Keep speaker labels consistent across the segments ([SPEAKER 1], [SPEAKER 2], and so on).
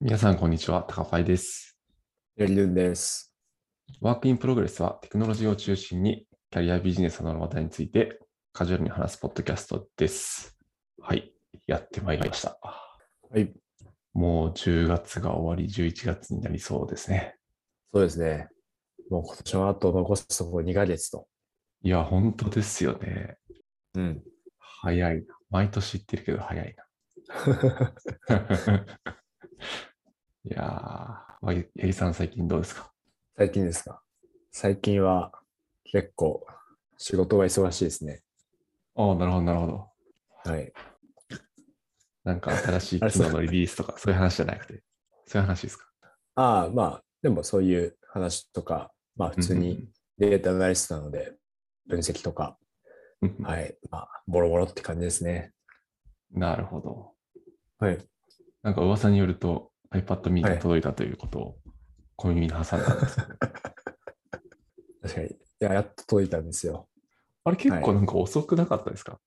[SPEAKER 1] 皆さん、こんにちは。高ファイです。
[SPEAKER 2] やりるんです。
[SPEAKER 1] ワークインプログレスはテクノロジーを中心にキャリアビジネスなどの話題についてカジュアルに話すポッドキャストです。はい、やってまいりました。
[SPEAKER 2] はい。
[SPEAKER 1] もう10月が終わり、11月になりそうですね。
[SPEAKER 2] そうですね。もう今年はあと残すところ2ヶ月と。
[SPEAKER 1] いや、本当ですよね。
[SPEAKER 2] うん。
[SPEAKER 1] 早いな。毎年言ってるけど早いな。 いやーわ、八木さん、最近どうですか
[SPEAKER 2] 最近ですか最近は結構仕事が忙しいですね。
[SPEAKER 1] ああ、なるほど、なるほど。
[SPEAKER 2] はい。
[SPEAKER 1] なんか新しい機能のリリースとか、そういう話じゃなくて、そういう話ですか
[SPEAKER 2] ああ、まあ、でもそういう話とか、まあ普通に。データアナリストなので分析とか、
[SPEAKER 1] うんうん
[SPEAKER 2] はい。まあ、ボロボロって感じですね。
[SPEAKER 1] なるほど。
[SPEAKER 2] はい。
[SPEAKER 1] なんか噂によると iPad mini
[SPEAKER 2] は
[SPEAKER 1] が
[SPEAKER 2] い
[SPEAKER 1] 届いたということを小耳に挟 んだんですけど、
[SPEAKER 2] 確かに。いや、やっと届いたんですよ。
[SPEAKER 1] あれ結構なんか遅くなかったですか、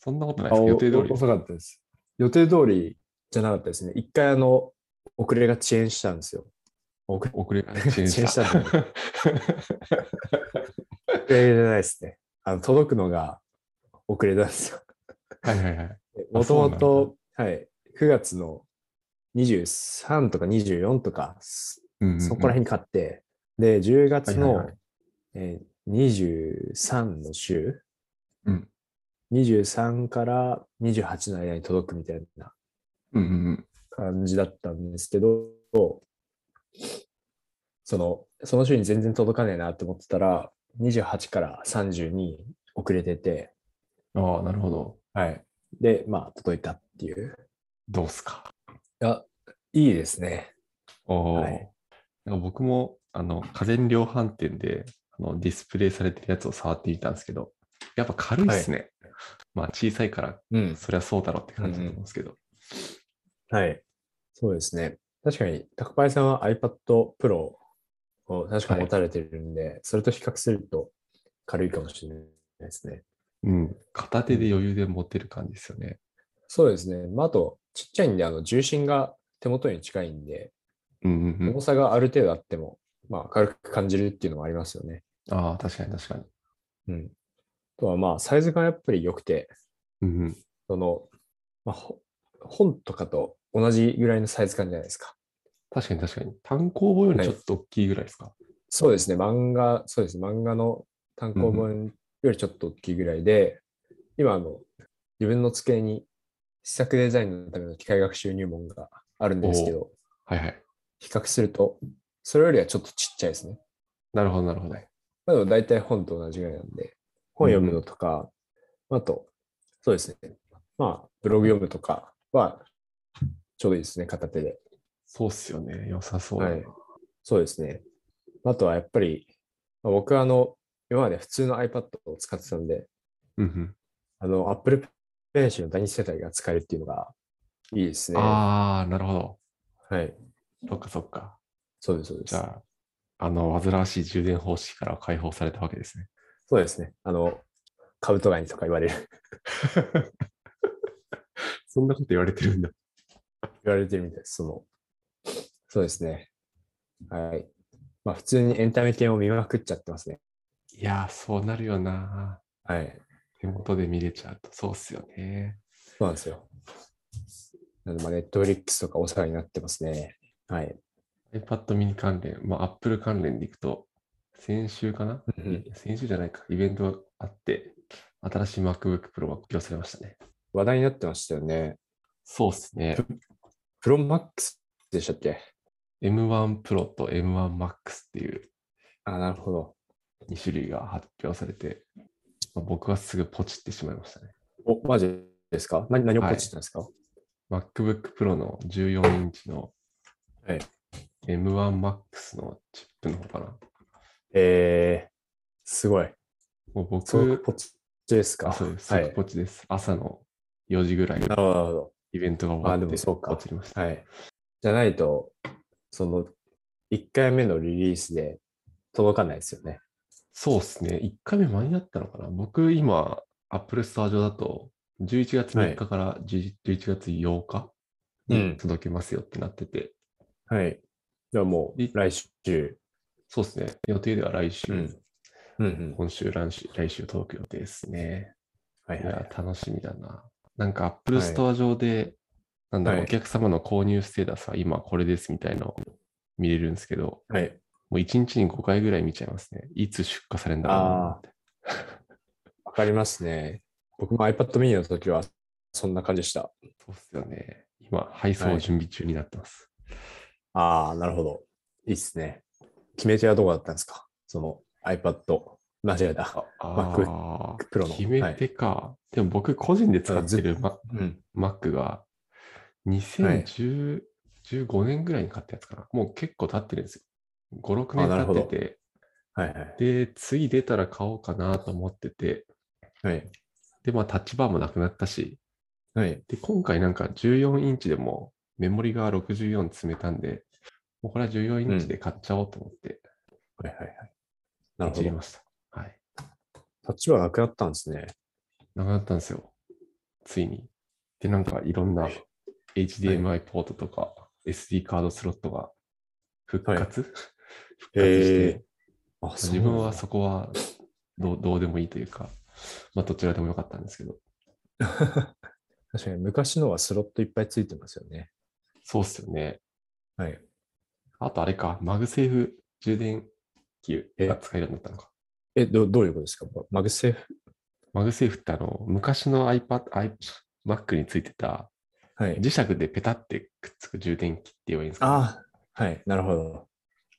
[SPEAKER 1] そんなことないですか予定通りです
[SPEAKER 2] 遅かったです。予定通りじゃなかったですね。一回あの、遅れが遅延したんですよ。遅れ
[SPEAKER 1] 遅れが遅延した。
[SPEAKER 2] 遅延遅れじゃないですね。あの届くのが遅れたんですよ。
[SPEAKER 1] はいはいはい。あ
[SPEAKER 2] も
[SPEAKER 1] そ
[SPEAKER 2] と
[SPEAKER 1] うな
[SPEAKER 2] も
[SPEAKER 1] んだ
[SPEAKER 2] と、はい、9月の23とか24とか、そ
[SPEAKER 1] うんうんうん
[SPEAKER 2] そこら辺に買って、で、10月の、
[SPEAKER 1] はいはいはい
[SPEAKER 2] えー23の週、
[SPEAKER 1] うん
[SPEAKER 2] 23から28の間に届くみたいな
[SPEAKER 1] うんうんうん。
[SPEAKER 2] 感じだったんですけど、その、その週に全然届かねえなって思ってたら、28から30に遅れてて、
[SPEAKER 1] ああ、なるほど。
[SPEAKER 2] はい。で、まあ、届いたっていう。
[SPEAKER 1] どうっすか。
[SPEAKER 2] あ、いいですね。
[SPEAKER 1] おお、
[SPEAKER 2] はい
[SPEAKER 1] なんか僕もあの家電量販店であのディスプレイされてるやつを触ってみたんですけど、やっぱ軽いっすね。まあ小さいから、
[SPEAKER 2] うん。
[SPEAKER 1] そりゃそうだろうって感じだと思うんですけど。
[SPEAKER 2] はい。そうですね。確かに、高林さんは iPad Pro を確か
[SPEAKER 1] はい
[SPEAKER 2] 持たれてるんで、それと比較すると軽いかもしれないですね。
[SPEAKER 1] うん、片手で余裕で持てる感じですよね。
[SPEAKER 2] そうですね。まあ、あと、ちっちゃいんで、あの、重心が手元に近いんで、
[SPEAKER 1] うんうんうん
[SPEAKER 2] 重さがある程度あっても、まあ、軽く感じるっていうのもありますよね。
[SPEAKER 1] ああ、確かに確かに。
[SPEAKER 2] うん。あとは、まあ、サイズがやっぱり良くて、
[SPEAKER 1] うんうん、
[SPEAKER 2] その、まあ、ほ本とかと同じぐらいのサイズ感じゃないですか。
[SPEAKER 1] 確かに確かに。単行本より
[SPEAKER 2] はい
[SPEAKER 1] ちょっと大きいぐらいですか。
[SPEAKER 2] そうですね、漫画、そうですね、漫画の単行本よりちょっと大きいぐらいで、今あの、自分の机に試作デザインのための機械学習入門があるんですけど、
[SPEAKER 1] はいはい。
[SPEAKER 2] 比較すると、それよりはちょっとちっちゃいですね。
[SPEAKER 1] なるほど、なるほど。
[SPEAKER 2] まあ、でも大体本と同じぐらいなんで、本読むのとか、あと、そうですね、まあ、ブログ読むとかは、ちょうどいいですね、片手で。
[SPEAKER 1] そうっすよね。良さそうだ
[SPEAKER 2] は
[SPEAKER 1] な。
[SPEAKER 2] い。そうですね。あとはやっぱり、まあ僕はあの、今まで普通の iPad を使ってたんで、
[SPEAKER 1] うん
[SPEAKER 2] あの、Apple Pencil の第二世代が使えるっていうのがいいです
[SPEAKER 1] うん、
[SPEAKER 2] ね。は
[SPEAKER 1] ああ、なるほど。
[SPEAKER 2] い。
[SPEAKER 1] そっかそっか。
[SPEAKER 2] そうです、そうで
[SPEAKER 1] じ
[SPEAKER 2] す
[SPEAKER 1] ゃ。あ、あの、煩わしい充電方式から解放されたわけですね。
[SPEAKER 2] そうですね。あの、カブトガニとか言われる、
[SPEAKER 1] そんなこと言われてるんだ。
[SPEAKER 2] 言われてるみたいです。その、そうですね。はい。まあ、普通にエンタメ系を見まくっちゃってますね。
[SPEAKER 1] いやー、そうなるよな。
[SPEAKER 2] はい。
[SPEAKER 1] 手元で見れちゃうと、そうっすよね。
[SPEAKER 2] そうなんですよ。なので、まあ、ネットフリックスとかお世話になってますね。はい。
[SPEAKER 1] iPad mini 関連、まあ、Apple 関連でいくと、先週かな先週じゃないか、イベントがあって、新しい MacBook Pro が発表されましたね。
[SPEAKER 2] 話題になってましたよね。
[SPEAKER 1] そうですね。
[SPEAKER 2] プロマックスでしたっけ
[SPEAKER 1] M1 Pro と M1 Max っていう
[SPEAKER 2] あ、なるほど。
[SPEAKER 1] 2種類が発表されて、まあ僕はすぐポチってしまいましたね。
[SPEAKER 2] お、マジですか何何をポチったんですか、
[SPEAKER 1] MacBook Pro の14インチの
[SPEAKER 2] はい
[SPEAKER 1] M1 Max のチップの方かな。
[SPEAKER 2] えー、すごい。
[SPEAKER 1] もう
[SPEAKER 2] そう
[SPEAKER 1] 僕、
[SPEAKER 2] ポチですか
[SPEAKER 1] あそうです。
[SPEAKER 2] は
[SPEAKER 1] 即
[SPEAKER 2] い。
[SPEAKER 1] ポチです。朝の4時ぐらいに
[SPEAKER 2] なるほど。
[SPEAKER 1] イベントが終わ
[SPEAKER 2] あ
[SPEAKER 1] っ
[SPEAKER 2] で
[SPEAKER 1] て
[SPEAKER 2] もそうか
[SPEAKER 1] ポチりました。
[SPEAKER 2] はい。じゃないと、その、1回目のリリースで届かないですよね。
[SPEAKER 1] そうですね。1回目間に合ったのかな。僕、今、Apple Store 上だと、11月3日から11 11月8日
[SPEAKER 2] うん
[SPEAKER 1] に届けますよってなってて、
[SPEAKER 2] はい。ではもう
[SPEAKER 1] い、
[SPEAKER 2] 来週。
[SPEAKER 1] そうですね。予定では来週、
[SPEAKER 2] うんうんうん。
[SPEAKER 1] 今週、来週、来週届く予定ですね。
[SPEAKER 2] はい
[SPEAKER 1] い
[SPEAKER 2] は
[SPEAKER 1] や
[SPEAKER 2] い。、
[SPEAKER 1] 楽しみだな。なんか Apple Store 上で、なんだろう、
[SPEAKER 2] はい
[SPEAKER 1] お客様の購入ステータスは今これですみたいなの見れるんですけど、
[SPEAKER 2] はい。
[SPEAKER 1] もう1日に5回ぐらい見ちゃいますね。いつ出荷されるんだろうなって。
[SPEAKER 2] わかりますね。僕も iPad mini の時は、そんな感じでした。
[SPEAKER 1] そうっすよね。今、配送準備中になってます。
[SPEAKER 2] ああ、なるほど。いいっすね。決め手はどこだったんですかその iPad。間違えた。
[SPEAKER 1] ああ、
[SPEAKER 2] Mac Pro の
[SPEAKER 1] 決め手か。でも僕、個人で使ってる Ma-
[SPEAKER 2] うん。
[SPEAKER 1] Mac が2015年ぐらいに買ったやつかな。もう結構経ってるんですよ。5、6
[SPEAKER 2] あな
[SPEAKER 1] 年
[SPEAKER 2] るほ
[SPEAKER 1] 経
[SPEAKER 2] ど
[SPEAKER 1] ってて、
[SPEAKER 2] はいはい。
[SPEAKER 1] で、次出たら買おうかなと思ってて、
[SPEAKER 2] はい。
[SPEAKER 1] で、まあタッチバーもなくなったし、
[SPEAKER 2] はい。
[SPEAKER 1] で、今回なんか14インチでもメモリが64詰めたんで、もうこれは14インチで買っちゃおうと思って、
[SPEAKER 2] はいはいはい。なるほ
[SPEAKER 1] 知り
[SPEAKER 2] ど。
[SPEAKER 1] ました。はい。
[SPEAKER 2] タッチはなくなったんですね。
[SPEAKER 1] なくなったんですよ。ついに。で、なんかいろんな HDMI ポートとか SD カードスロットが 復活、復活して、
[SPEAKER 2] えあ、そう
[SPEAKER 1] 自
[SPEAKER 2] なんだ
[SPEAKER 1] 分はそこはどうどうでもいいというか、まあどちらでもよかったんですけど、
[SPEAKER 2] 確かに昔のはスロットいっぱいついてますよね。
[SPEAKER 1] そうっすよね。
[SPEAKER 2] はい。
[SPEAKER 1] あとあれか、マグセーフ充電器が使えるようになったのか。
[SPEAKER 2] え、どどういうことですかマグセーフ
[SPEAKER 1] マグセーフってあの、昔の iPad、i- Mac についてた
[SPEAKER 2] はい。
[SPEAKER 1] 磁石でペタってくっつく充電器って言えばいいんですかね、
[SPEAKER 2] ああ、はい。なるほど。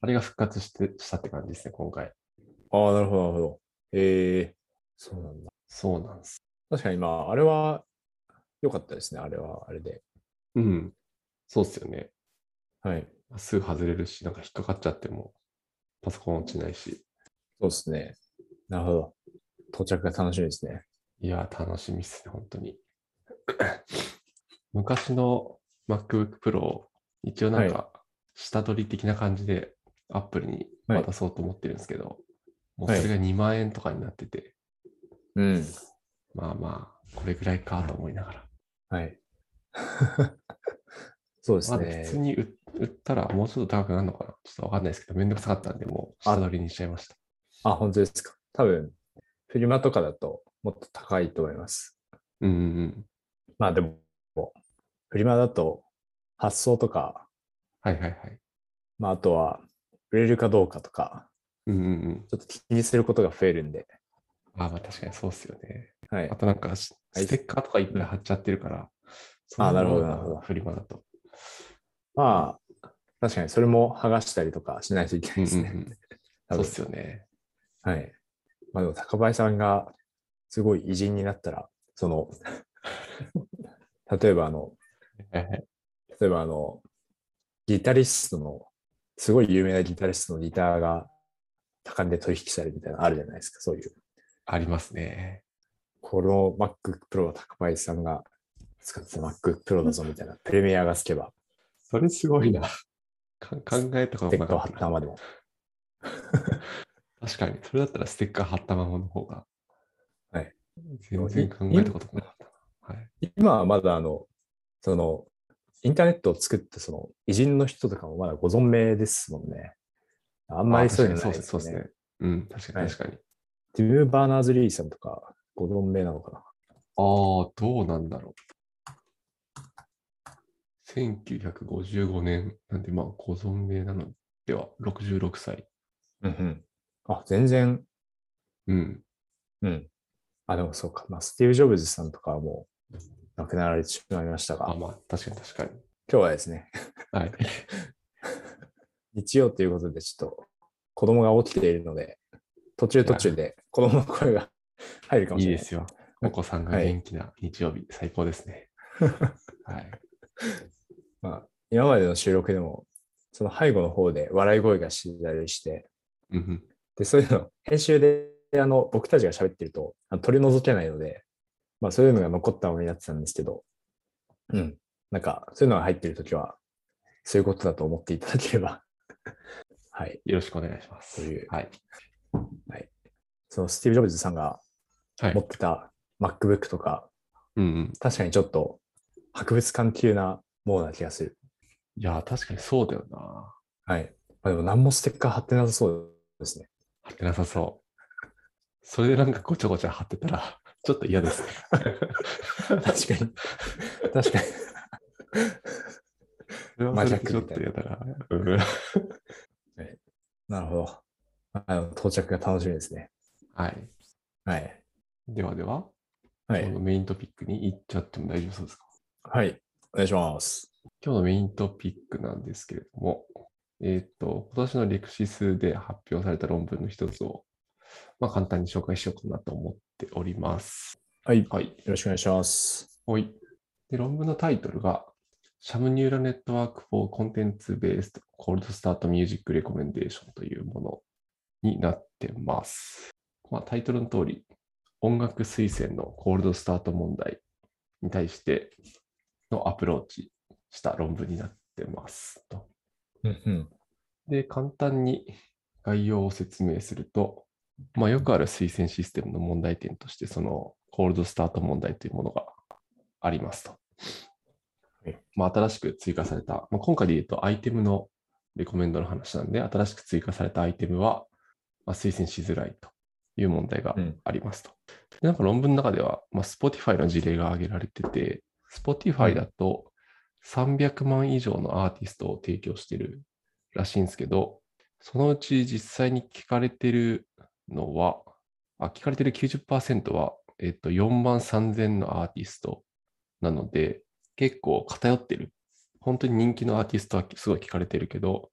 [SPEAKER 1] あれが復活してしたって感じですね、今回。
[SPEAKER 2] ああ、なるほど、なるほど。ええそうなんだ。
[SPEAKER 1] そうなんです。
[SPEAKER 2] 確かに、まあ、あれは良かったですね。あれは、あれで。
[SPEAKER 1] うん。そうっすよね。
[SPEAKER 2] はい。
[SPEAKER 1] すぐ外れるし、なんか引っかかっちゃっても、パソコン落ちないし。
[SPEAKER 2] そうですね。なるほど。到着が楽しみですね。
[SPEAKER 1] いやー、楽しみっすね、本当に。 昔の MacBook Pro を一応なんか、下取り的な感じで Apple に渡そうと思ってるんですけど、もうそれが2万円とかになってて、
[SPEAKER 2] うん。
[SPEAKER 1] まあまあ、これぐらいかと思いながら。
[SPEAKER 2] はい。 そうで
[SPEAKER 1] ますあ、普通
[SPEAKER 2] ね。
[SPEAKER 1] に売売ったらもうちょっと高くなるのかなちょっとわかんないですけど、めんどくさかったんで、もう下取りにしちゃいました。
[SPEAKER 2] あ、本当ですか。多分、フィルマとかだともっと高いと思います。
[SPEAKER 1] うんうんうん。
[SPEAKER 2] まあでも、フリマだと発送とか、
[SPEAKER 1] はいはいはい。
[SPEAKER 2] まああとは売れるかどうかとか、
[SPEAKER 1] うんうんうん。
[SPEAKER 2] ちょっと気にすることが増えるんで、
[SPEAKER 1] ああ、まあ確かにそうっすよね。
[SPEAKER 2] はい
[SPEAKER 1] あ。となんかし、
[SPEAKER 2] はい
[SPEAKER 1] ステッカーとかいっぱい貼っちゃってるから、そ
[SPEAKER 2] あー
[SPEAKER 1] の
[SPEAKER 2] なるほど
[SPEAKER 1] まま
[SPEAKER 2] なるほど
[SPEAKER 1] フリマだと。
[SPEAKER 2] まあ、確かにそれも剥がしたりとかしないといけないですね。
[SPEAKER 1] うんうんうんそう
[SPEAKER 2] 多
[SPEAKER 1] っ
[SPEAKER 2] 分
[SPEAKER 1] すよね。
[SPEAKER 2] はい。まあでも、高林さんがすごい偉人になったら、その、 例えばあの、
[SPEAKER 1] はいはい
[SPEAKER 2] 例えばあの、ギタリストの、すごい有名なギタリストのギターが高値で取引されるみたいなのあるじゃないですか、そういう。
[SPEAKER 1] ありますね。
[SPEAKER 2] この MacBook Pro は高林さんが使ってた MacBook Pro だぞみたいな、プレミアがつけば、
[SPEAKER 1] それすごいな。か考えたこと
[SPEAKER 2] ステ
[SPEAKER 1] な
[SPEAKER 2] ッカー
[SPEAKER 1] か
[SPEAKER 2] を貼
[SPEAKER 1] っ
[SPEAKER 2] った
[SPEAKER 1] た。
[SPEAKER 2] までも。
[SPEAKER 1] 確かに。それだったらステッカー貼ったままの方が。
[SPEAKER 2] はい。
[SPEAKER 1] 全然考えたことなかったな。はい。
[SPEAKER 2] 今はまだあの、その、インターネットを作ったその偉人の人とかもまだご存命ですもんね。あんまりそういうのない
[SPEAKER 1] あ確かにそうっすね。そうっすね。うん、確かに
[SPEAKER 2] はい
[SPEAKER 1] 確かに。
[SPEAKER 2] ティム・バーナーズ・リーさんとかご存命なのかな。
[SPEAKER 1] ああ、どうなんだろう。1955年なんで、まあ、ご存命なのでは66歳。
[SPEAKER 2] うんうん。あ、全然、
[SPEAKER 1] うん。
[SPEAKER 2] うん。あ、でもそうか。まあ、スティーブ・ジョブズさんとかはもう亡くなられてしまいました
[SPEAKER 1] あ、
[SPEAKER 2] が、
[SPEAKER 1] まあ、確かに確かに。
[SPEAKER 2] 今日はですね、
[SPEAKER 1] はい。
[SPEAKER 2] 日曜ということで、ちょっと子供が起きているので、途中途中で子供の声が入るかも
[SPEAKER 1] い
[SPEAKER 2] し
[SPEAKER 1] い
[SPEAKER 2] れ
[SPEAKER 1] で
[SPEAKER 2] ない。
[SPEAKER 1] すよ。お子さんが元気な日曜日、最高です ね。はい。
[SPEAKER 2] まあ、今までの収録でも、その背後の方で笑い声がしだれして、
[SPEAKER 1] うんうん。
[SPEAKER 2] で、そういうの、編集であの僕たちが喋ってるとあの取り除けないので、まあ、そういうのが残ったままになってたんですけど、うん、なんか、そういうのが入ってるときは、そういうことだと思っていただければ、 はい、
[SPEAKER 1] よろしくお願いします。
[SPEAKER 2] という
[SPEAKER 1] はい。
[SPEAKER 2] そのスティーブ・ジョブズさんが
[SPEAKER 1] はい
[SPEAKER 2] 持。ってた MacBook とか、
[SPEAKER 1] うんうん。
[SPEAKER 2] 確かにちょっと博物館級なもうな気がする。
[SPEAKER 1] いやー、確かにそうだよな。
[SPEAKER 2] はい。まあ、でも何もステッカー貼ってなさそうですね。
[SPEAKER 1] 貼ってなさそう。それでなんかごちゃごちゃ貼ってたら、ちょっと嫌 ですね。
[SPEAKER 2] 確かに。確かに。
[SPEAKER 1] それは
[SPEAKER 2] マ
[SPEAKER 1] そ
[SPEAKER 2] ジ
[SPEAKER 1] れ
[SPEAKER 2] ャッ
[SPEAKER 1] で
[SPEAKER 2] ク
[SPEAKER 1] ちょっ
[SPEAKER 2] みた
[SPEAKER 1] と
[SPEAKER 2] い
[SPEAKER 1] 嫌だな。うん
[SPEAKER 2] なるほど。あの到着が楽しみですね。
[SPEAKER 1] はい。
[SPEAKER 2] はい。
[SPEAKER 1] ではでは、
[SPEAKER 2] は
[SPEAKER 1] 今日
[SPEAKER 2] い。
[SPEAKER 1] のメイントピックに行っちゃっても大丈夫そうですか
[SPEAKER 2] はい。お願いします。
[SPEAKER 1] 今日のメイントピックなんですけれども、えっ、と、今年のレクシスで発表された論文の一つを、まあ、簡単に紹介しようかなと思っております。
[SPEAKER 2] はい。よ
[SPEAKER 1] はい。
[SPEAKER 2] ろしくお願いします。
[SPEAKER 1] はい。で、論文のタイトルが、シャムニューラルネットワーク for Content Based Cold Start Music Recommendation というものになってます。まあ、タイトルの通り、音楽推薦のコールドスタート問題に対してのアプローチした論文になってますと。
[SPEAKER 2] うんうん。
[SPEAKER 1] で、簡単に概要を説明すると、まあ、よくある推薦システムの問題点として、そのコールドスタート問題というものがありますと
[SPEAKER 2] はい。
[SPEAKER 1] まあ、新しく追加された、まあ、今回で言うとアイテムのレコメンドの話なんで、新しく追加されたアイテムは、まあ、推薦しづらいという問題がありますと。でなんか論文の中では、まあ、Spotify の事例が挙げられてて、Spotify だと300万以上のアーティストを提供してるらしいんですけど、そのうち実際に聞かれてるのは、あ聞かれてる90%は、えっと、4万3000のアーティストなので、結構偏ってる。本当に人気のアーティストはすごい聞かれてるけど、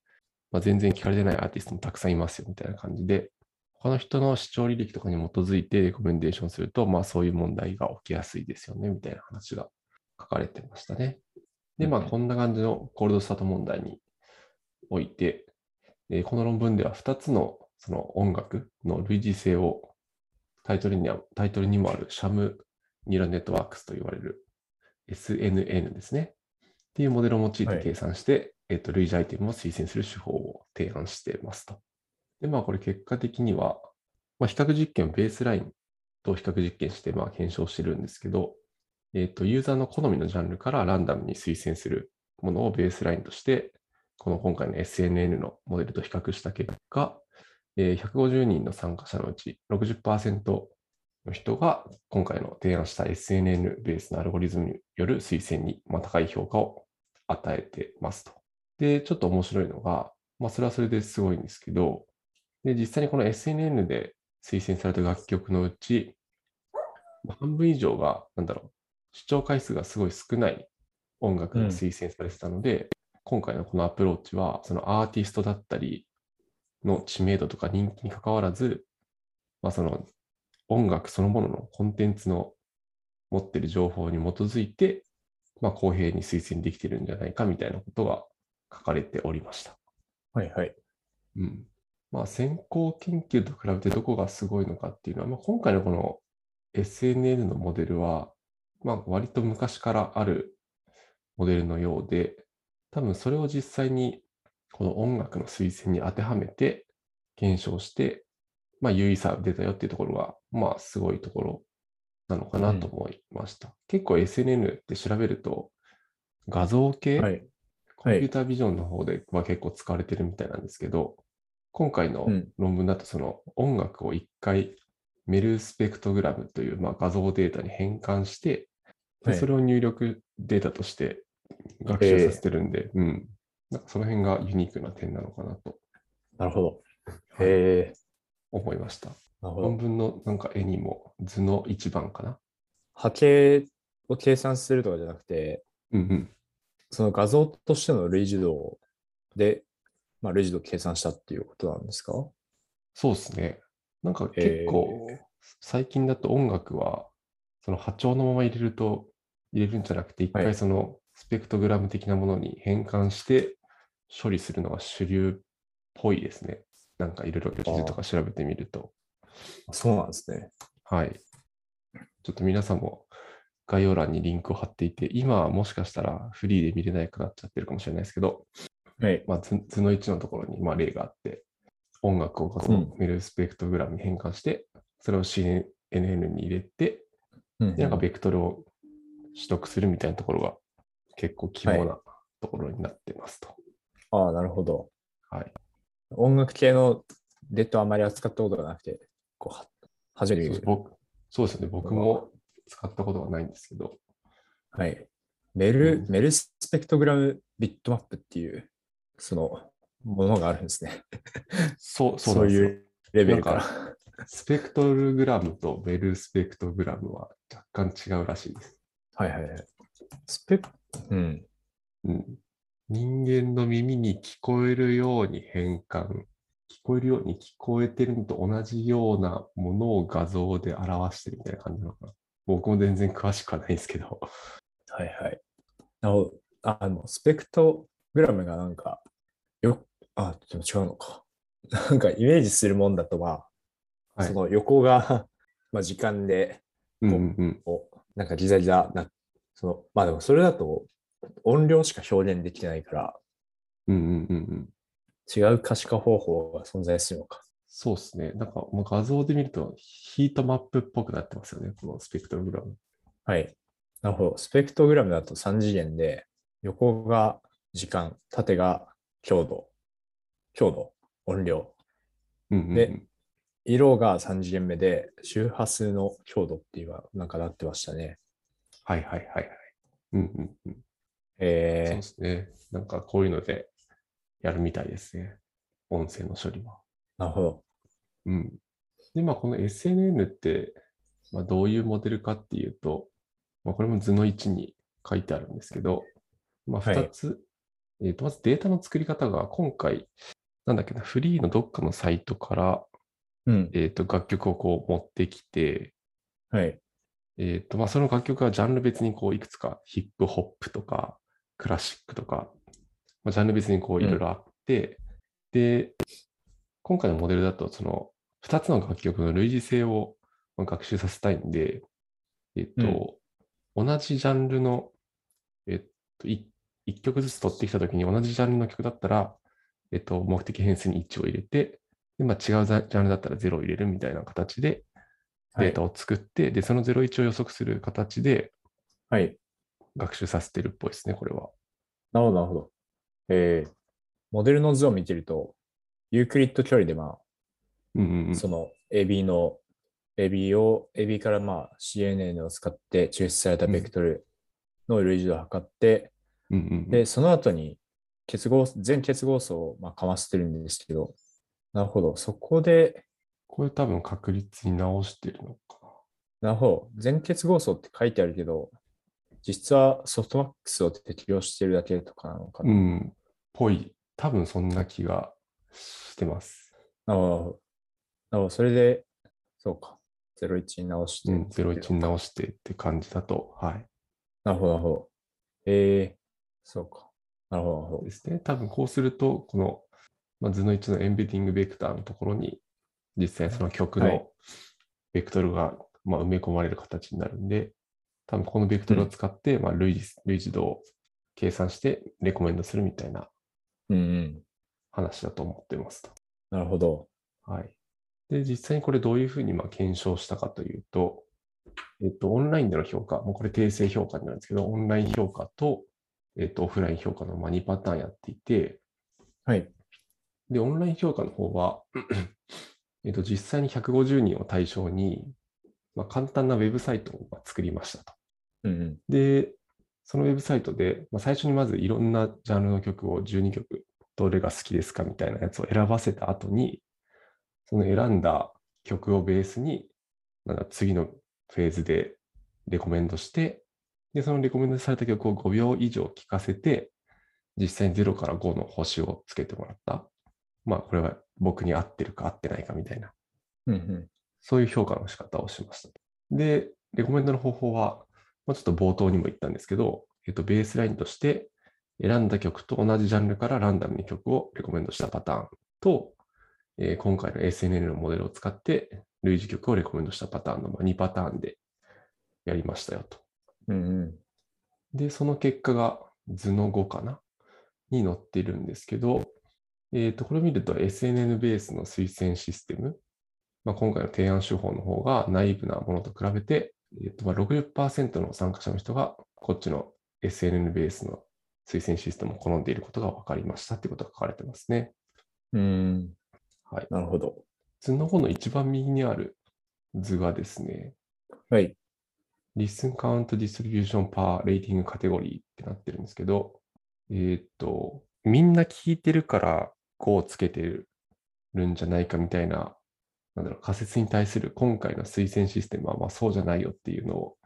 [SPEAKER 1] まあ、全然聞かれてないアーティストもたくさんいますよみたいな感じで、他の人の視聴履歴とかに基づいてレコメンデーションすると、まあそういう問題が起きやすいですよねみたいな話が書かれてましたね。で、まあ
[SPEAKER 2] うんうん
[SPEAKER 1] こんな感じのコールドスタート問題において、えーこの論文では2つのその音楽の類似性をタイトルにはタイトルにもあるシャムニューラルネットワークスと言われる SNN ですね。っていうモデルを用いて
[SPEAKER 2] はい
[SPEAKER 1] 計算して、えっと、類似アイテムを推薦する手法を提案していますと。で、まあ、これ結果的には、まあ、比較実験をベースラインと比較実験して、まあ、検証してるんですけど、えっと、ユーザーの好みのジャンルからランダムに推薦するものをベースラインとして、この今回の SNN のモデルと比較した結果、えー150人の参加者のうち60%の人が今回の提案した SNN ベースのアルゴリズムによる推薦にまあ高い評価を与えてますと。で、ちょっと面白いのが、まあ、それはそれですごいんですけど、で実際にこの SNN で推薦された楽曲のうち、まあ半分以上が、なんだろう、視聴回数がすごい少ない音楽が推薦されてたので、今回のこのアプローチは、そのアーティストだったりの知名度とか人気に関わらず、まあ、その音楽そのもののコンテンツの持ってる情報に基づいて、まあ、公平に推薦できてるんじゃないかみたいなことが書かれておりました。
[SPEAKER 2] はいはい。
[SPEAKER 1] うん。まあ、先行研究と比べてどこがすごいのかっていうのは、まあ、今回のこの SNN のモデルは、まあ、割と昔からあるモデルのようで、多分それを実際にこの音楽の推薦に当てはめて検証して、まあ、有意差が出たよっていうところが、まあ、すごいところなのかなと思いました。結構 SNN って調べると、画像系、
[SPEAKER 2] はい。
[SPEAKER 1] コンピュータービジョンの方では結構使われてるみたいなんですけど、今回の
[SPEAKER 2] うん
[SPEAKER 1] 論文だとその音楽を一回メルスペクトグラムというまあ画像データに変換して、で
[SPEAKER 2] はい
[SPEAKER 1] それを入力データとして学習させてるんで、うん。なんかその辺がユニークな点なのかなと
[SPEAKER 2] なるほど。へえ。
[SPEAKER 1] 思いました。
[SPEAKER 2] なるほ
[SPEAKER 1] 論
[SPEAKER 2] ど。
[SPEAKER 1] 文のなんか絵にも図の一番かな。
[SPEAKER 2] 波形を計算するとかじゃなくて、
[SPEAKER 1] うんうん。
[SPEAKER 2] その画像としての類似度で、まあ、類似度を計算したっていうことなんですか
[SPEAKER 1] そうですね。なんか結構、最近だと音楽は、その波長のまま入れると、入れるんじゃなくて、一
[SPEAKER 2] は
[SPEAKER 1] 回
[SPEAKER 2] い
[SPEAKER 1] そのスペクトグラム的なものに変換して処理するのが主流っぽいですね。なんかいろいろ記事とか調べてみると。
[SPEAKER 2] そうなんですね。
[SPEAKER 1] はい。ちょっと皆さんも概要欄にリンクを貼っていて、今はもしかしたらフリーで見れなくなっちゃってるかもしれないですけど、
[SPEAKER 2] はい。
[SPEAKER 1] まあ、図図の1のところにまあ例があって、音楽をこ
[SPEAKER 2] う
[SPEAKER 1] の
[SPEAKER 2] ん
[SPEAKER 1] メルスペクトグラムに変換して、それを CNN に入れて、
[SPEAKER 2] うん
[SPEAKER 1] でなんかベクトルを取得するみたいなところが結構肝なところになってますと。
[SPEAKER 2] ああ、なるほど。
[SPEAKER 1] はい。
[SPEAKER 2] 音楽系のデッドあまり扱ったことがなくて、こうは初めて見る。
[SPEAKER 1] 僕そうですよね。僕も使ったことがないんですけど。
[SPEAKER 2] はい。メル、
[SPEAKER 1] うん
[SPEAKER 2] メルスペクトグラムビットマップっていう、その、ものがあるん ですね。
[SPEAKER 1] そう、
[SPEAKER 2] そう
[SPEAKER 1] そうなんです
[SPEAKER 2] い
[SPEAKER 1] よ。
[SPEAKER 2] うレベルから。
[SPEAKER 1] なんスペクトルグラムとベルスペクトグラムは若干違うらしいです。
[SPEAKER 2] はいはいはい。スペうん。
[SPEAKER 1] うん。人間の耳に聞こえるように変換。聞こえるように聞こえてるのと同じようなものを画像で表してるみたいな感じなのかな。僕も全然詳しくはないですけど。
[SPEAKER 2] はいはい。なるほど。ああの、スペクトグラムがなんか、よ、あ、でも違うのか。なんかイメージするもんだとまあ、
[SPEAKER 1] はい
[SPEAKER 2] その横が、 まあ時間で、
[SPEAKER 1] うんうんうん。
[SPEAKER 2] こうなんかギザギザな、その、まあでもそれだと音量しか表現できてないから、
[SPEAKER 1] うんうんうんうん。
[SPEAKER 2] 違う可視化方法が存在するのか。
[SPEAKER 1] そうですね。なんかもう画像で見るとヒートマップっぽくなってますよね。このスペクトルグラム。
[SPEAKER 2] はい。なるほど。スペクトグラムだと3次元で、横が時間、縦が強度、強度、音量、
[SPEAKER 1] うんうんうん、
[SPEAKER 2] で色が3次元目で、周波数の強度っていうのはなんかなってましたね。
[SPEAKER 1] はいはいはいはい。うんうんうん。そう
[SPEAKER 2] え
[SPEAKER 1] ですね。なんかこういうのでやるみたいですね。音声の処理は。
[SPEAKER 2] ー、なるほど。
[SPEAKER 1] うん。で、まあこの SNN って、まあ、どういうモデルかっていうと、まあ、これも図の1に書いてあるんですけど、まあ
[SPEAKER 2] はい
[SPEAKER 1] 2つ、えーとまずデータの作り方が今回、なんだっけな、フリーのどっかのサイトから、
[SPEAKER 2] うん。
[SPEAKER 1] えー、と楽曲をこう持ってきて、
[SPEAKER 2] はい。
[SPEAKER 1] えーとまあ、その楽曲はジャンル別にこういくつかヒップホップとかクラシックとか、まあ、ジャンル別にこういろいろあって、で今回のモデルだとその2つの楽曲の類似性をまあ学習させたいんで、えっと同じジャンルの、えっと 1, 曲ずつ取ってきたときに同じジャンルの曲だったら、えっと目的変数に1を入れてで、まあ、違うジャジャンルだったら0を入れるみたいな形で
[SPEAKER 2] はい
[SPEAKER 1] データを作って、で、その01を予測する形で
[SPEAKER 2] はい。
[SPEAKER 1] 学習させてるっぽいですね、これは。
[SPEAKER 2] なるほど、なるほど。えー、モデルの図を見てると、ユークリッド距離でまあ、
[SPEAKER 1] うんうんうん。
[SPEAKER 2] その AB の AB を AB からまあ CNN を使って抽出されたベクトルの類似度を測って、
[SPEAKER 1] うんうんうん
[SPEAKER 2] で、その後に結合、全結合素をまあかませてるんですけど、なるほど、そこで、
[SPEAKER 1] これ多分確率に直してるのか
[SPEAKER 2] なるほど、全結合素って書いてあるけど、実はソフトマックスを適用してるだけとかなのか
[SPEAKER 1] な。
[SPEAKER 2] な。
[SPEAKER 1] うん。ぽい。多分そんな気がしてます。
[SPEAKER 2] なるほどなるほど、それで、そうか、01に直して
[SPEAKER 1] う
[SPEAKER 2] る
[SPEAKER 1] ん、01に直してって感じだと、はい。
[SPEAKER 2] なるほど、なるほど。えー、そうか。なるほど、なるほど
[SPEAKER 1] で。すね。多分こうすると、この、まあ、図の1のエンベディングベクターのところに、実際その曲
[SPEAKER 2] はい
[SPEAKER 1] のベクトルが、まあ、埋め込まれる形になるんで、多分このベクトルを使って、まあ、類似類似度を計算してレコメンドするみたいな
[SPEAKER 2] うんうん。
[SPEAKER 1] 話だと思ってますと。
[SPEAKER 2] なるほど。
[SPEAKER 1] はい。で、実際にこれどういうふうにまあ検証したかというと、えっと、オンラインでの評価、もうこれ定性評価になるんですけど、オンライン評価と、えっと、オフライン評価のまあ2パターンやっていて、
[SPEAKER 2] はい。
[SPEAKER 1] で、オンライン評価の方は、えっと、実際に150人を対象に、まあ、簡単なウェブサイトをまあ作りましたと。
[SPEAKER 2] うんうん。
[SPEAKER 1] で、そのウェブサイトで、まあ、最初にまずいろんなジャンルの曲を12曲、どれが好きですかみたいなやつを選ばせた後に、その選んだ曲をベースに、なんか次のフェーズでレコメンドして、で、そのレコメンドされた曲を5秒以上聴かせて、実際に0から5の星をつけてもらった。まあ、これは僕に合ってるか合ってないかみたいな。
[SPEAKER 2] うんうん。
[SPEAKER 1] そういう評価の仕方をしました。で、レコメンドの方法は、まあ、ちょっと冒頭にも言ったんですけど、えっと、ベースラインとして選んだ曲と同じジャンルからランダムに曲をレコメンドしたパターンと、えー今回の SNN のモデルを使って類似曲をレコメンドしたパターンのまあ2パターンでやりましたよと。
[SPEAKER 2] うんうん。
[SPEAKER 1] で、その結果が図の5かなに載っているんですけど、えっ、と、これを見ると SNN ベースの推薦システム、まあ、今回の提案手法の方が内部なものと比べて、えー、とまあ60%の参加者の人がこっちの SNN ベースの推薦システムを好んでいることが分かりましたってことが書かれてますね。
[SPEAKER 2] うん。
[SPEAKER 1] はい。
[SPEAKER 2] なるほど。
[SPEAKER 1] 図の方の一番右にある図がですね、
[SPEAKER 2] はい。
[SPEAKER 1] Listen Count Distribution Per Rating Category ってなってるんですけど、えーっと、みんな聞いてるから5をつけてるんじゃないかみたいな、なんだろう、仮説に対する今回の推薦システムはまあそうじゃないよっていうのを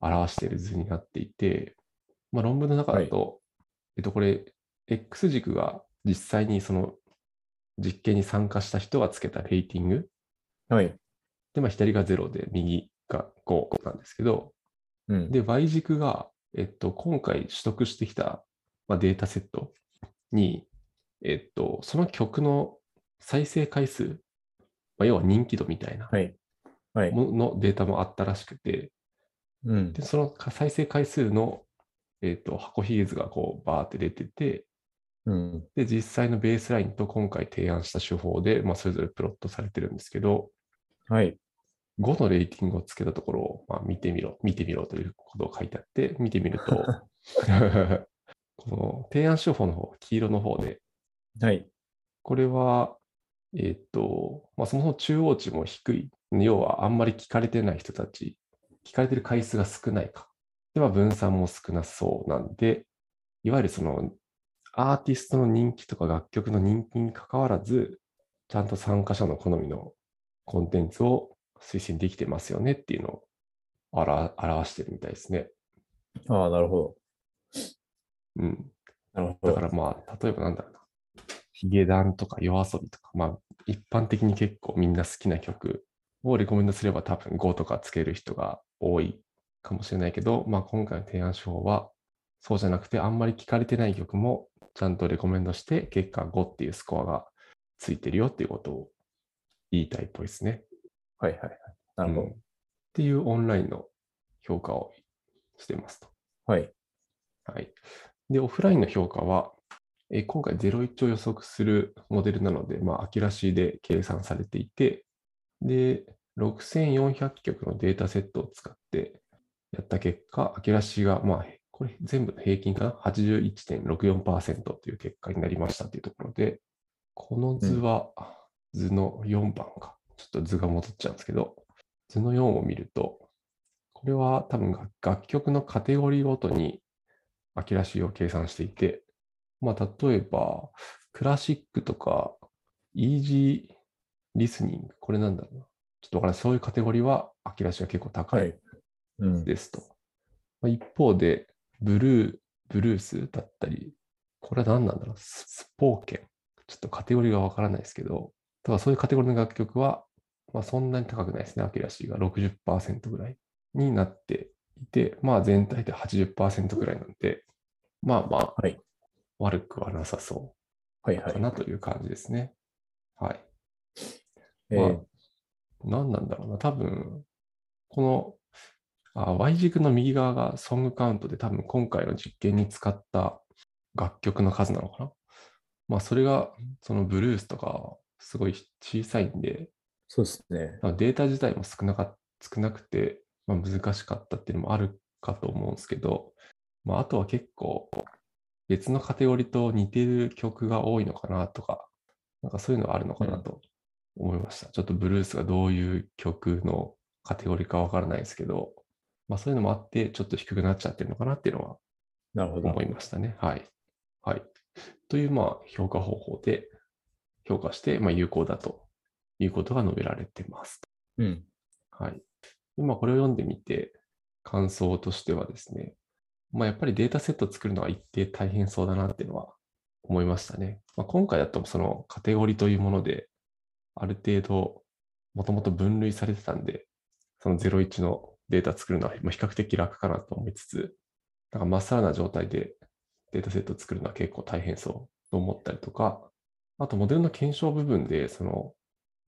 [SPEAKER 1] 表している図になっていて、まあ、論文の中だと、えっと、これ、X 軸が実際にその実験に参加した人がつけたレーティング
[SPEAKER 2] はい。
[SPEAKER 1] で、まあ、左が0で、右が5なんですけど、
[SPEAKER 2] うん。
[SPEAKER 1] で、Y 軸が、えっと、今回取得してきた、まあ、データセットに、えっと、その曲の再生回数、まあ、要は人気度みたいな
[SPEAKER 2] はい。はい。
[SPEAKER 1] もののデータもあったらしくて、
[SPEAKER 2] うん
[SPEAKER 1] で、。その再生回数の、えっと、箱ひげ図がこう、バーって出てて、
[SPEAKER 2] うん。
[SPEAKER 1] で、実際のベースラインと今回提案した手法で、まあ、それぞれプロットされてるんですけど、
[SPEAKER 2] はい。
[SPEAKER 1] 5のレーティングをつけたところを、まあ、見てみろ、見てみろということを書いてあって、見てみると、 この提案手法の方、黄色の方で、
[SPEAKER 2] はい。
[SPEAKER 1] これは、えーっと、まあ、そもそも中央値も低い、要はあんまり聞かれてない人たち、聞かれてる回数が少ないか。では分散も少なそうなんで、いわゆるそのアーティストの人気とか楽曲の人気にかかわらず、ちゃんと参加者の好みのコンテンツを推薦できてますよねっていうのを表表してるみたいですね。
[SPEAKER 2] ああ、なるほど。
[SPEAKER 1] うん。
[SPEAKER 2] なる
[SPEAKER 1] だ
[SPEAKER 2] ほど。
[SPEAKER 1] からまあ、例えばなんだろうな。ヒゲダンとか夜遊びとか、まあ、一般的に結構みんな好きな曲をレコメンドすれば多分5とかつける人が多いかもしれないけど、まあ今回の提案手法はそうじゃなくてあんまり聞かれてない曲もちゃんとレコメンドして結果5っていうスコアがついてるよっていうことを言いたいっぽいですね。
[SPEAKER 2] はいはいはい。なるほ
[SPEAKER 1] う
[SPEAKER 2] ど。
[SPEAKER 1] んっていうオンラインの評価をしてますと。
[SPEAKER 2] はい。
[SPEAKER 1] はい。で、オフラインの評価は、えー今回01を予測するモデルなので、まあ、アキュラシーで計算されていて、で、6400曲のデータセットを使ってやった結果、アキュラシーが、まあ、これ全部の平均かな ?81.64% という結果になりましたというところで、この図は図の4番か。ちょっと図が戻っちゃうんですけど、図の4を見ると、これは多分楽楽曲のカテゴリーごとにアキュラシーを計算していて、まあ、例えば、クラシックとか、イージーリスニング、これなんだろうな。ちょっとわからない。そういうカテゴリーは、アキュラシーが結構高
[SPEAKER 2] はいい。うん。
[SPEAKER 1] ですと。まあ一方で、ブルー、ブルースだったり、これは何なんだろう、ススポーケン。ちょっとカテゴリーがわからないですけど、ただそういうカテゴリーの楽曲は、まあ、そんなに高くないですね、アキラシーが60%ぐらいになっていて、まあ全体で80%ぐらいなんで、まあまあ、
[SPEAKER 2] はい
[SPEAKER 1] 悪くはなさそ
[SPEAKER 2] はいは
[SPEAKER 1] うか
[SPEAKER 2] い。
[SPEAKER 1] なという感じですね。はい。
[SPEAKER 2] え
[SPEAKER 1] まあ
[SPEAKER 2] ー、
[SPEAKER 1] 何なんだろうな、多分このあ Y 軸の右側がソングカウントで、多分今回の実験に使った楽曲の数なのかな。まあ、それが、そのブルースとか、すごい小さいんで、
[SPEAKER 2] そうですね。
[SPEAKER 1] まあデータ自体も少なか少なくて、まあ、難しかったっていうのもあるかと思うんですけど、まあ、あとは結構別のカテゴリーと似てる曲が多いのかなとか、なんかそういうのはあるのかなと思いました。ちょっとブルースがどういう曲のカテゴリーかわからないですけど、まあそういうのもあって、ちょっと低くなっちゃってるのかなっていうのは
[SPEAKER 2] なるほど
[SPEAKER 1] 思。いましたね。はい。はい。という、まあ、評価方法で評価して、まあ、有効だということが述べられてます。
[SPEAKER 2] うん。
[SPEAKER 1] はい。でまあ、これを読んでみて、感想としてはですね、まあ、やっぱりデータセット作るのは一定大変そうだなっていうのは思いましたね。まあ、今回だとそのカテゴリーというもので、ある程度、もともと分類されてたんで、その01のデータ作るのはまあ比較的楽かなと思いつつ、なんかまっさらな状態でデータセット作るのは結構大変そうと思ったりとか、あとモデルの検証部分で、その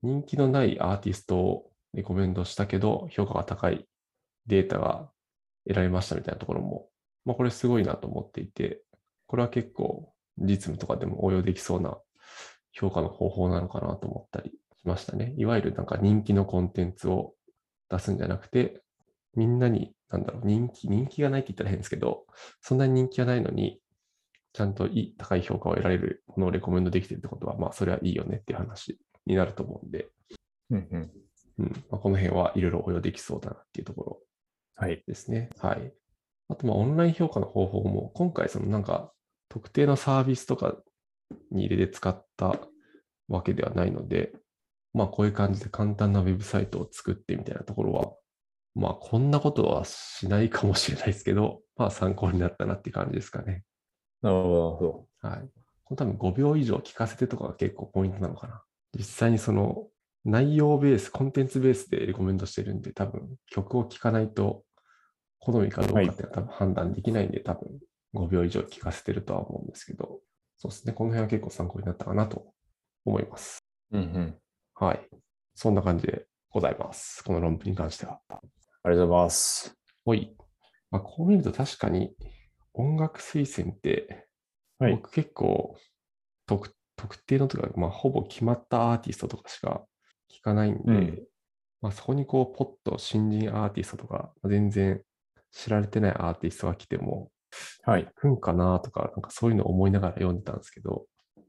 [SPEAKER 1] 人気のないアーティストをレコメンドしたけど、評価が高いデータが得られましたみたいなところも、まあ、これすごいなと思っていて、これは結構実務とかでも応用できそうな評価の方法なのかなと思ったりしましたね。いわゆるなんか人気のコンテンツを出すんじゃなくて、みんなに、なんだろう、人気、人気がないって言ったら変ですけど、そんなに人気がないのに、ちゃんといい高い評価を得られるものをレコメンドできてるってことは、まあ、それはいいよねっていう話になると思うんで、
[SPEAKER 2] うんうん。
[SPEAKER 1] うんまあ、この辺はいろいろ応用できそうだなっていうところ
[SPEAKER 2] はい。
[SPEAKER 1] ですね。はい。あと、まあ、オンライン評価の方法も、今回、そのなんか、特定のサービスとかに入れて使ったわけではないので、まあ、こういう感じで簡単なウェブサイトを作ってみたいなところは、まあ、こんなことはしないかもしれないですけど、まあ、参考になったなっていう感じですかね。
[SPEAKER 2] なるほど、なるほど。
[SPEAKER 1] はい。この多分5秒以上聞かせてとかが結構ポイントなのかな。実際にその内容ベース、コンテンツベースでレコメンドしてるんで、多分曲を聴かないと好みかどうかっていうのは多分判断できないんで、多分5秒以上聞かせてるとは思うんですけど、そうですね。この辺は結構参考になったかなと思います。
[SPEAKER 2] うんうん。
[SPEAKER 1] はい。そんな感じでございます。この論文に関しては。
[SPEAKER 2] ありがとうございます。
[SPEAKER 1] ほい。まあ、こう見ると確かに音楽推薦って、
[SPEAKER 2] はい
[SPEAKER 1] 僕結構特特定のとか、まあ、ほぼ決まったアーティストとかしか聞かないんで、
[SPEAKER 2] うん
[SPEAKER 1] まあ、そこにこうポッと新人アーティストとか全然知られてないアーティストが来ても
[SPEAKER 2] はい。
[SPEAKER 1] くんかなとかなんかそういうのを思いながら読んでたんですけど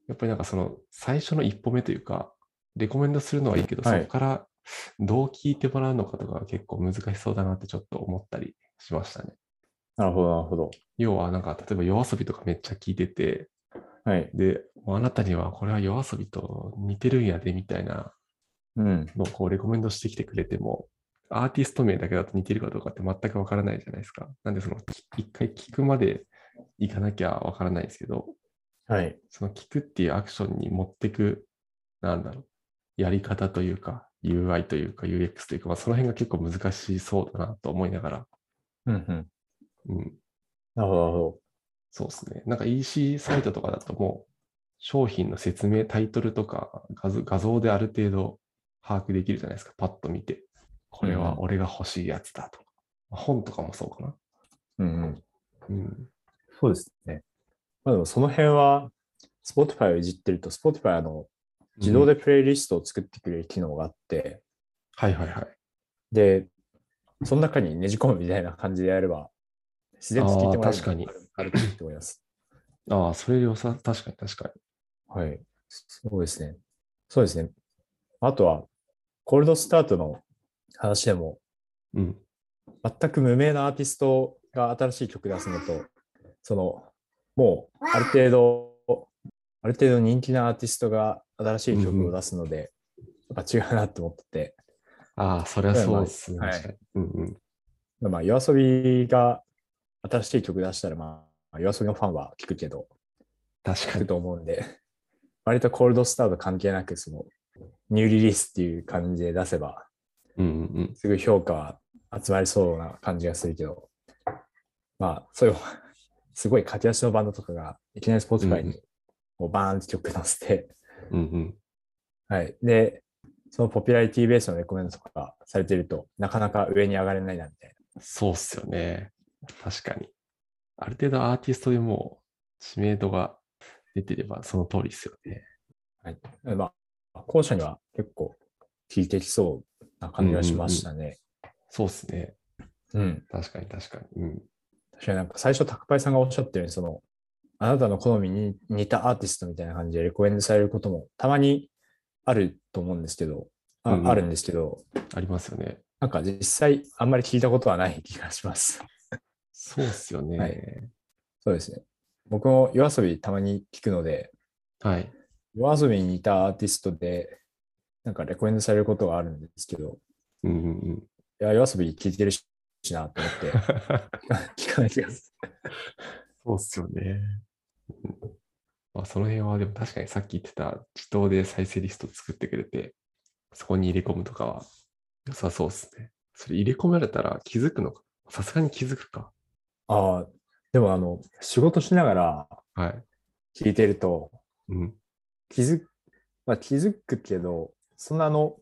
[SPEAKER 1] やっぱりなんかその最初の一歩目というかレコメンドするのはいいけど、
[SPEAKER 2] はい
[SPEAKER 1] そこからどう聞いてもらうのかとかが結構難しそうだなってちょっと思ったりしましたね。
[SPEAKER 2] なるほど、なるほど。
[SPEAKER 1] 要はなんか例えば夜遊びとかめっちゃ聞いてて
[SPEAKER 2] はい。
[SPEAKER 1] でもうあなたにはこれは夜遊びと似てるんやでみたいな
[SPEAKER 2] うん。
[SPEAKER 1] のをこうレコメンドしてきてくれてもアーティスト名だけだと似てるかどうかって全くわからないじゃないですか。なんでそのき一回聞くまで行かなきゃわからないんですけど
[SPEAKER 2] はい。
[SPEAKER 1] その聞くっていうアクションに持ってく、なんだろう、やり方というか、UI というか UX というか、まあ、その辺が結構難しそうだなと思いながら、
[SPEAKER 2] うんうん。
[SPEAKER 1] うん、
[SPEAKER 2] なるほど、なるほ
[SPEAKER 1] そうですね。なんか EC サイトとかだともう、商品の説明、タイトルとか画像、画像である程度把握できるじゃないですか、パッと見て。これは俺が欲しいやつだとか。まあ本とかもそうかな。
[SPEAKER 2] ど。うんうん。
[SPEAKER 1] うん。
[SPEAKER 2] そうですね。まあでもその辺は、Spotify をいじってると、Spotify あの自動
[SPEAKER 1] で。
[SPEAKER 2] でプレイリストを作ってくれる機能があって、
[SPEAKER 1] はいはいはい。
[SPEAKER 2] で、その中にねじ込むみたいな感じでやれば、自然と聞いてもらえるのが
[SPEAKER 1] あー確かに
[SPEAKER 2] あると思います。
[SPEAKER 1] ああ、それ良さ、確かに確かに。
[SPEAKER 2] はい。そうですね。そうですね。あとは、コールドスタートの話でも、
[SPEAKER 1] うん。
[SPEAKER 2] 全く無名なアーティストが新しい曲出すのと、その、もう、ある程度、ある程度人気なアーティストが新しい曲を出すので、やっぱ違うなって思ってて、
[SPEAKER 1] ああ、それはそうですね。
[SPEAKER 2] はい
[SPEAKER 1] 確かに。うんうん。
[SPEAKER 2] まあ、夜遊びが新しい曲出したら、まあ、夜遊びのファンは聞くけど、
[SPEAKER 1] 確
[SPEAKER 2] 聞
[SPEAKER 1] か
[SPEAKER 2] く
[SPEAKER 1] に。
[SPEAKER 2] と思うんで、 割とコールドスタート関係なく、その、ニューリリースっていう感じで出せば、
[SPEAKER 1] うんうん。
[SPEAKER 2] すぐ評価は集まりそうな感じがするけど、まあ、そう いう、すごい駆け足のバンドとかが、いきなりスポーツ界
[SPEAKER 1] うんう
[SPEAKER 2] にこうバーンって曲出して、
[SPEAKER 1] うんうん。
[SPEAKER 2] はい。で、そのポピュラリティベースのレコメンドとかされてると、なかなか上に上がれないな、みたい
[SPEAKER 1] そうっすよね。確かに。ある程度アーティストでもう知名度が出てればその通りですよね。
[SPEAKER 2] な。まあ、後者には結構効いてきそうな感じがしましたね。
[SPEAKER 1] そうっすね。
[SPEAKER 2] うん
[SPEAKER 1] 確かに確かに。うん。
[SPEAKER 2] 確かになんか最初、宅配さんがおっしゃったように、その、あなたの好みに似たアーティストみたいな感じでレコメンドされることもたまにあると思うんですけど、あ,、
[SPEAKER 1] うんうん
[SPEAKER 2] あるんですけど、
[SPEAKER 1] ありますよね。
[SPEAKER 2] なんか実際あんまり聞いたことはない気がします。
[SPEAKER 1] そうっすよね。
[SPEAKER 2] は
[SPEAKER 1] はいい。
[SPEAKER 2] そうですね。僕も夜遊びたまに聞くので、夜遊びに似たアーティストで、なんかレコメンドされることがあるんですけど、
[SPEAKER 1] うんうんうん。
[SPEAKER 2] いや、夜遊び聞いてるしなと思って聞かない気がす
[SPEAKER 1] そうっすよね。うんまあ、その辺はでも確かにさっき言ってた自動で再生リスト作ってくれて、そこに入れ込むとかは良さそうっすね。それ入れ込まれたら気づくのかさすがに気づくか。
[SPEAKER 2] る。ああ、でもあの、仕事しながら
[SPEAKER 1] はい。
[SPEAKER 2] 聞いてると、
[SPEAKER 1] うん。
[SPEAKER 2] 気づ,、まあ、気づくけど、そんなあの、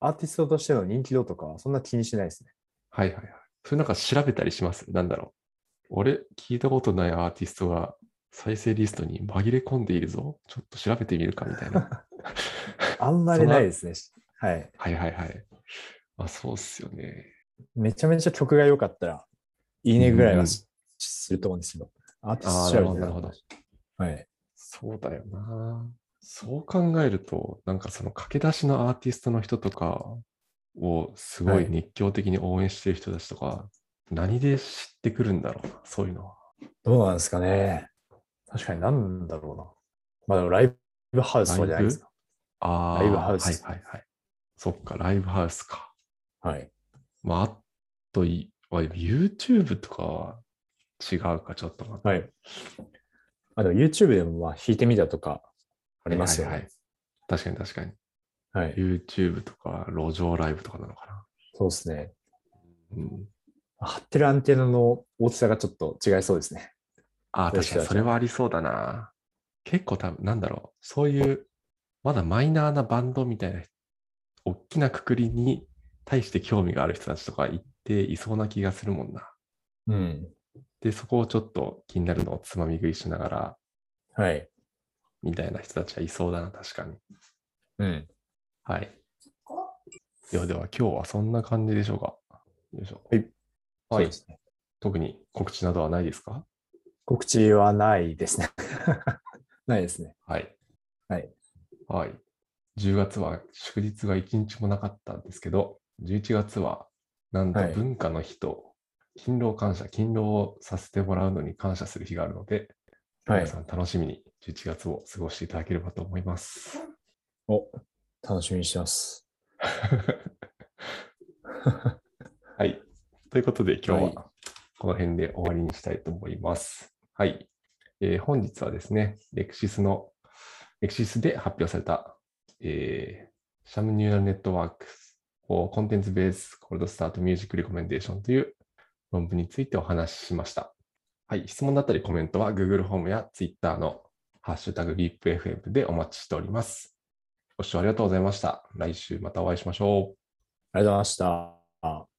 [SPEAKER 2] アーティストとしての人気度とかはそんな気にしないですね。
[SPEAKER 1] はいはいはい。それなんか調べたりしますなんだろう。俺、聞いたことないアーティストが再生リストに紛れ込んでいるぞ。ちょっと調べてみるかみたい な。
[SPEAKER 2] あんまりないですね。はい。
[SPEAKER 1] はいはいはい。あ、そうっすよね。
[SPEAKER 2] めちゃめちゃ曲が良かったら、いいねぐらい
[SPEAKER 1] うん
[SPEAKER 2] はしすると思うんですけど、アーティ
[SPEAKER 1] あ
[SPEAKER 2] ス
[SPEAKER 1] あ、
[SPEAKER 2] ト
[SPEAKER 1] な
[SPEAKER 2] 調
[SPEAKER 1] るほど、
[SPEAKER 2] べてな
[SPEAKER 1] な
[SPEAKER 2] か
[SPEAKER 1] る
[SPEAKER 2] った
[SPEAKER 1] ほど。
[SPEAKER 2] はい。
[SPEAKER 1] そうだよな。そう考えると、なんかその駆け出しのアーティストの人とかをすご
[SPEAKER 2] はいい
[SPEAKER 1] 熱狂的に応援してる人たちとか、何で知ってくるんだろうな、そういうのは。
[SPEAKER 2] どうなんですかね。確かになんだろうな。まあでもライブハウスとかじゃないですか。
[SPEAKER 1] ああ、
[SPEAKER 2] ライブハウス
[SPEAKER 1] はいはいはい。そっか、ライブハウスか。
[SPEAKER 2] はい。
[SPEAKER 1] まあ、あとい、まあ YouTube とかは違うか、ちょっと待って。
[SPEAKER 2] はい。あ、でも YouTube でもまあ弾いてみたとかありますよ
[SPEAKER 1] はいはい
[SPEAKER 2] ね。
[SPEAKER 1] 確かに確かに。
[SPEAKER 2] はい。
[SPEAKER 1] YouTube とか路上ライブとかなのかな。
[SPEAKER 2] そうですね。
[SPEAKER 1] うん、
[SPEAKER 2] 張ってるアンテナの大きさがちょっと違いそうですね。
[SPEAKER 1] ああ、
[SPEAKER 2] そう
[SPEAKER 1] 確
[SPEAKER 2] し
[SPEAKER 1] かに
[SPEAKER 2] たら
[SPEAKER 1] それはありそうだな。結構多分、なんだろう。そういう、まだマイナーなバンドみたいな、大きなくくりに対して興味がある人たちとか行っていそうな気がするもんな。
[SPEAKER 2] うん。
[SPEAKER 1] で、そこをちょっと気になるのをつまみ食いしながら、
[SPEAKER 2] はい。
[SPEAKER 1] みたいな人たちはいそうだな、確かに。
[SPEAKER 2] うん。
[SPEAKER 1] はい。ではでは、今日はそんな感じでしょうか。よいしょ。
[SPEAKER 2] はい。
[SPEAKER 1] はい
[SPEAKER 2] そうですね
[SPEAKER 1] 特に告知などはないですか
[SPEAKER 2] 告知はないですね。 ないですね。
[SPEAKER 1] はい。
[SPEAKER 2] はい。
[SPEAKER 1] はい。10月は祝日が1日もなかったんですけど、11月はなんと
[SPEAKER 2] はい
[SPEAKER 1] 文化の日と、勤労感謝、勤労をさせてもらうのに感謝する日があるので、
[SPEAKER 2] はい
[SPEAKER 1] 皆。さん楽しみに11月を過ごしていただければと思います。
[SPEAKER 2] お、楽しみにして ます。
[SPEAKER 1] はい。ということで、今
[SPEAKER 2] はい
[SPEAKER 1] 日はこの辺で終わりにしたいと思います。はい。えー本日はですね、レクシスの、レクシスで発表された、えーシャムニューラルネットワークス、コンテンツベースコールドスタートミュージックリコメンデーションという論文についてお話ししました。はい。質問だったりコメントは Google ホームや Twitter のハッシュタグ LEAPFM でお待ちしております。ご視聴ありがとうございました。来週またお会いしましょう。
[SPEAKER 2] ありがとうございました。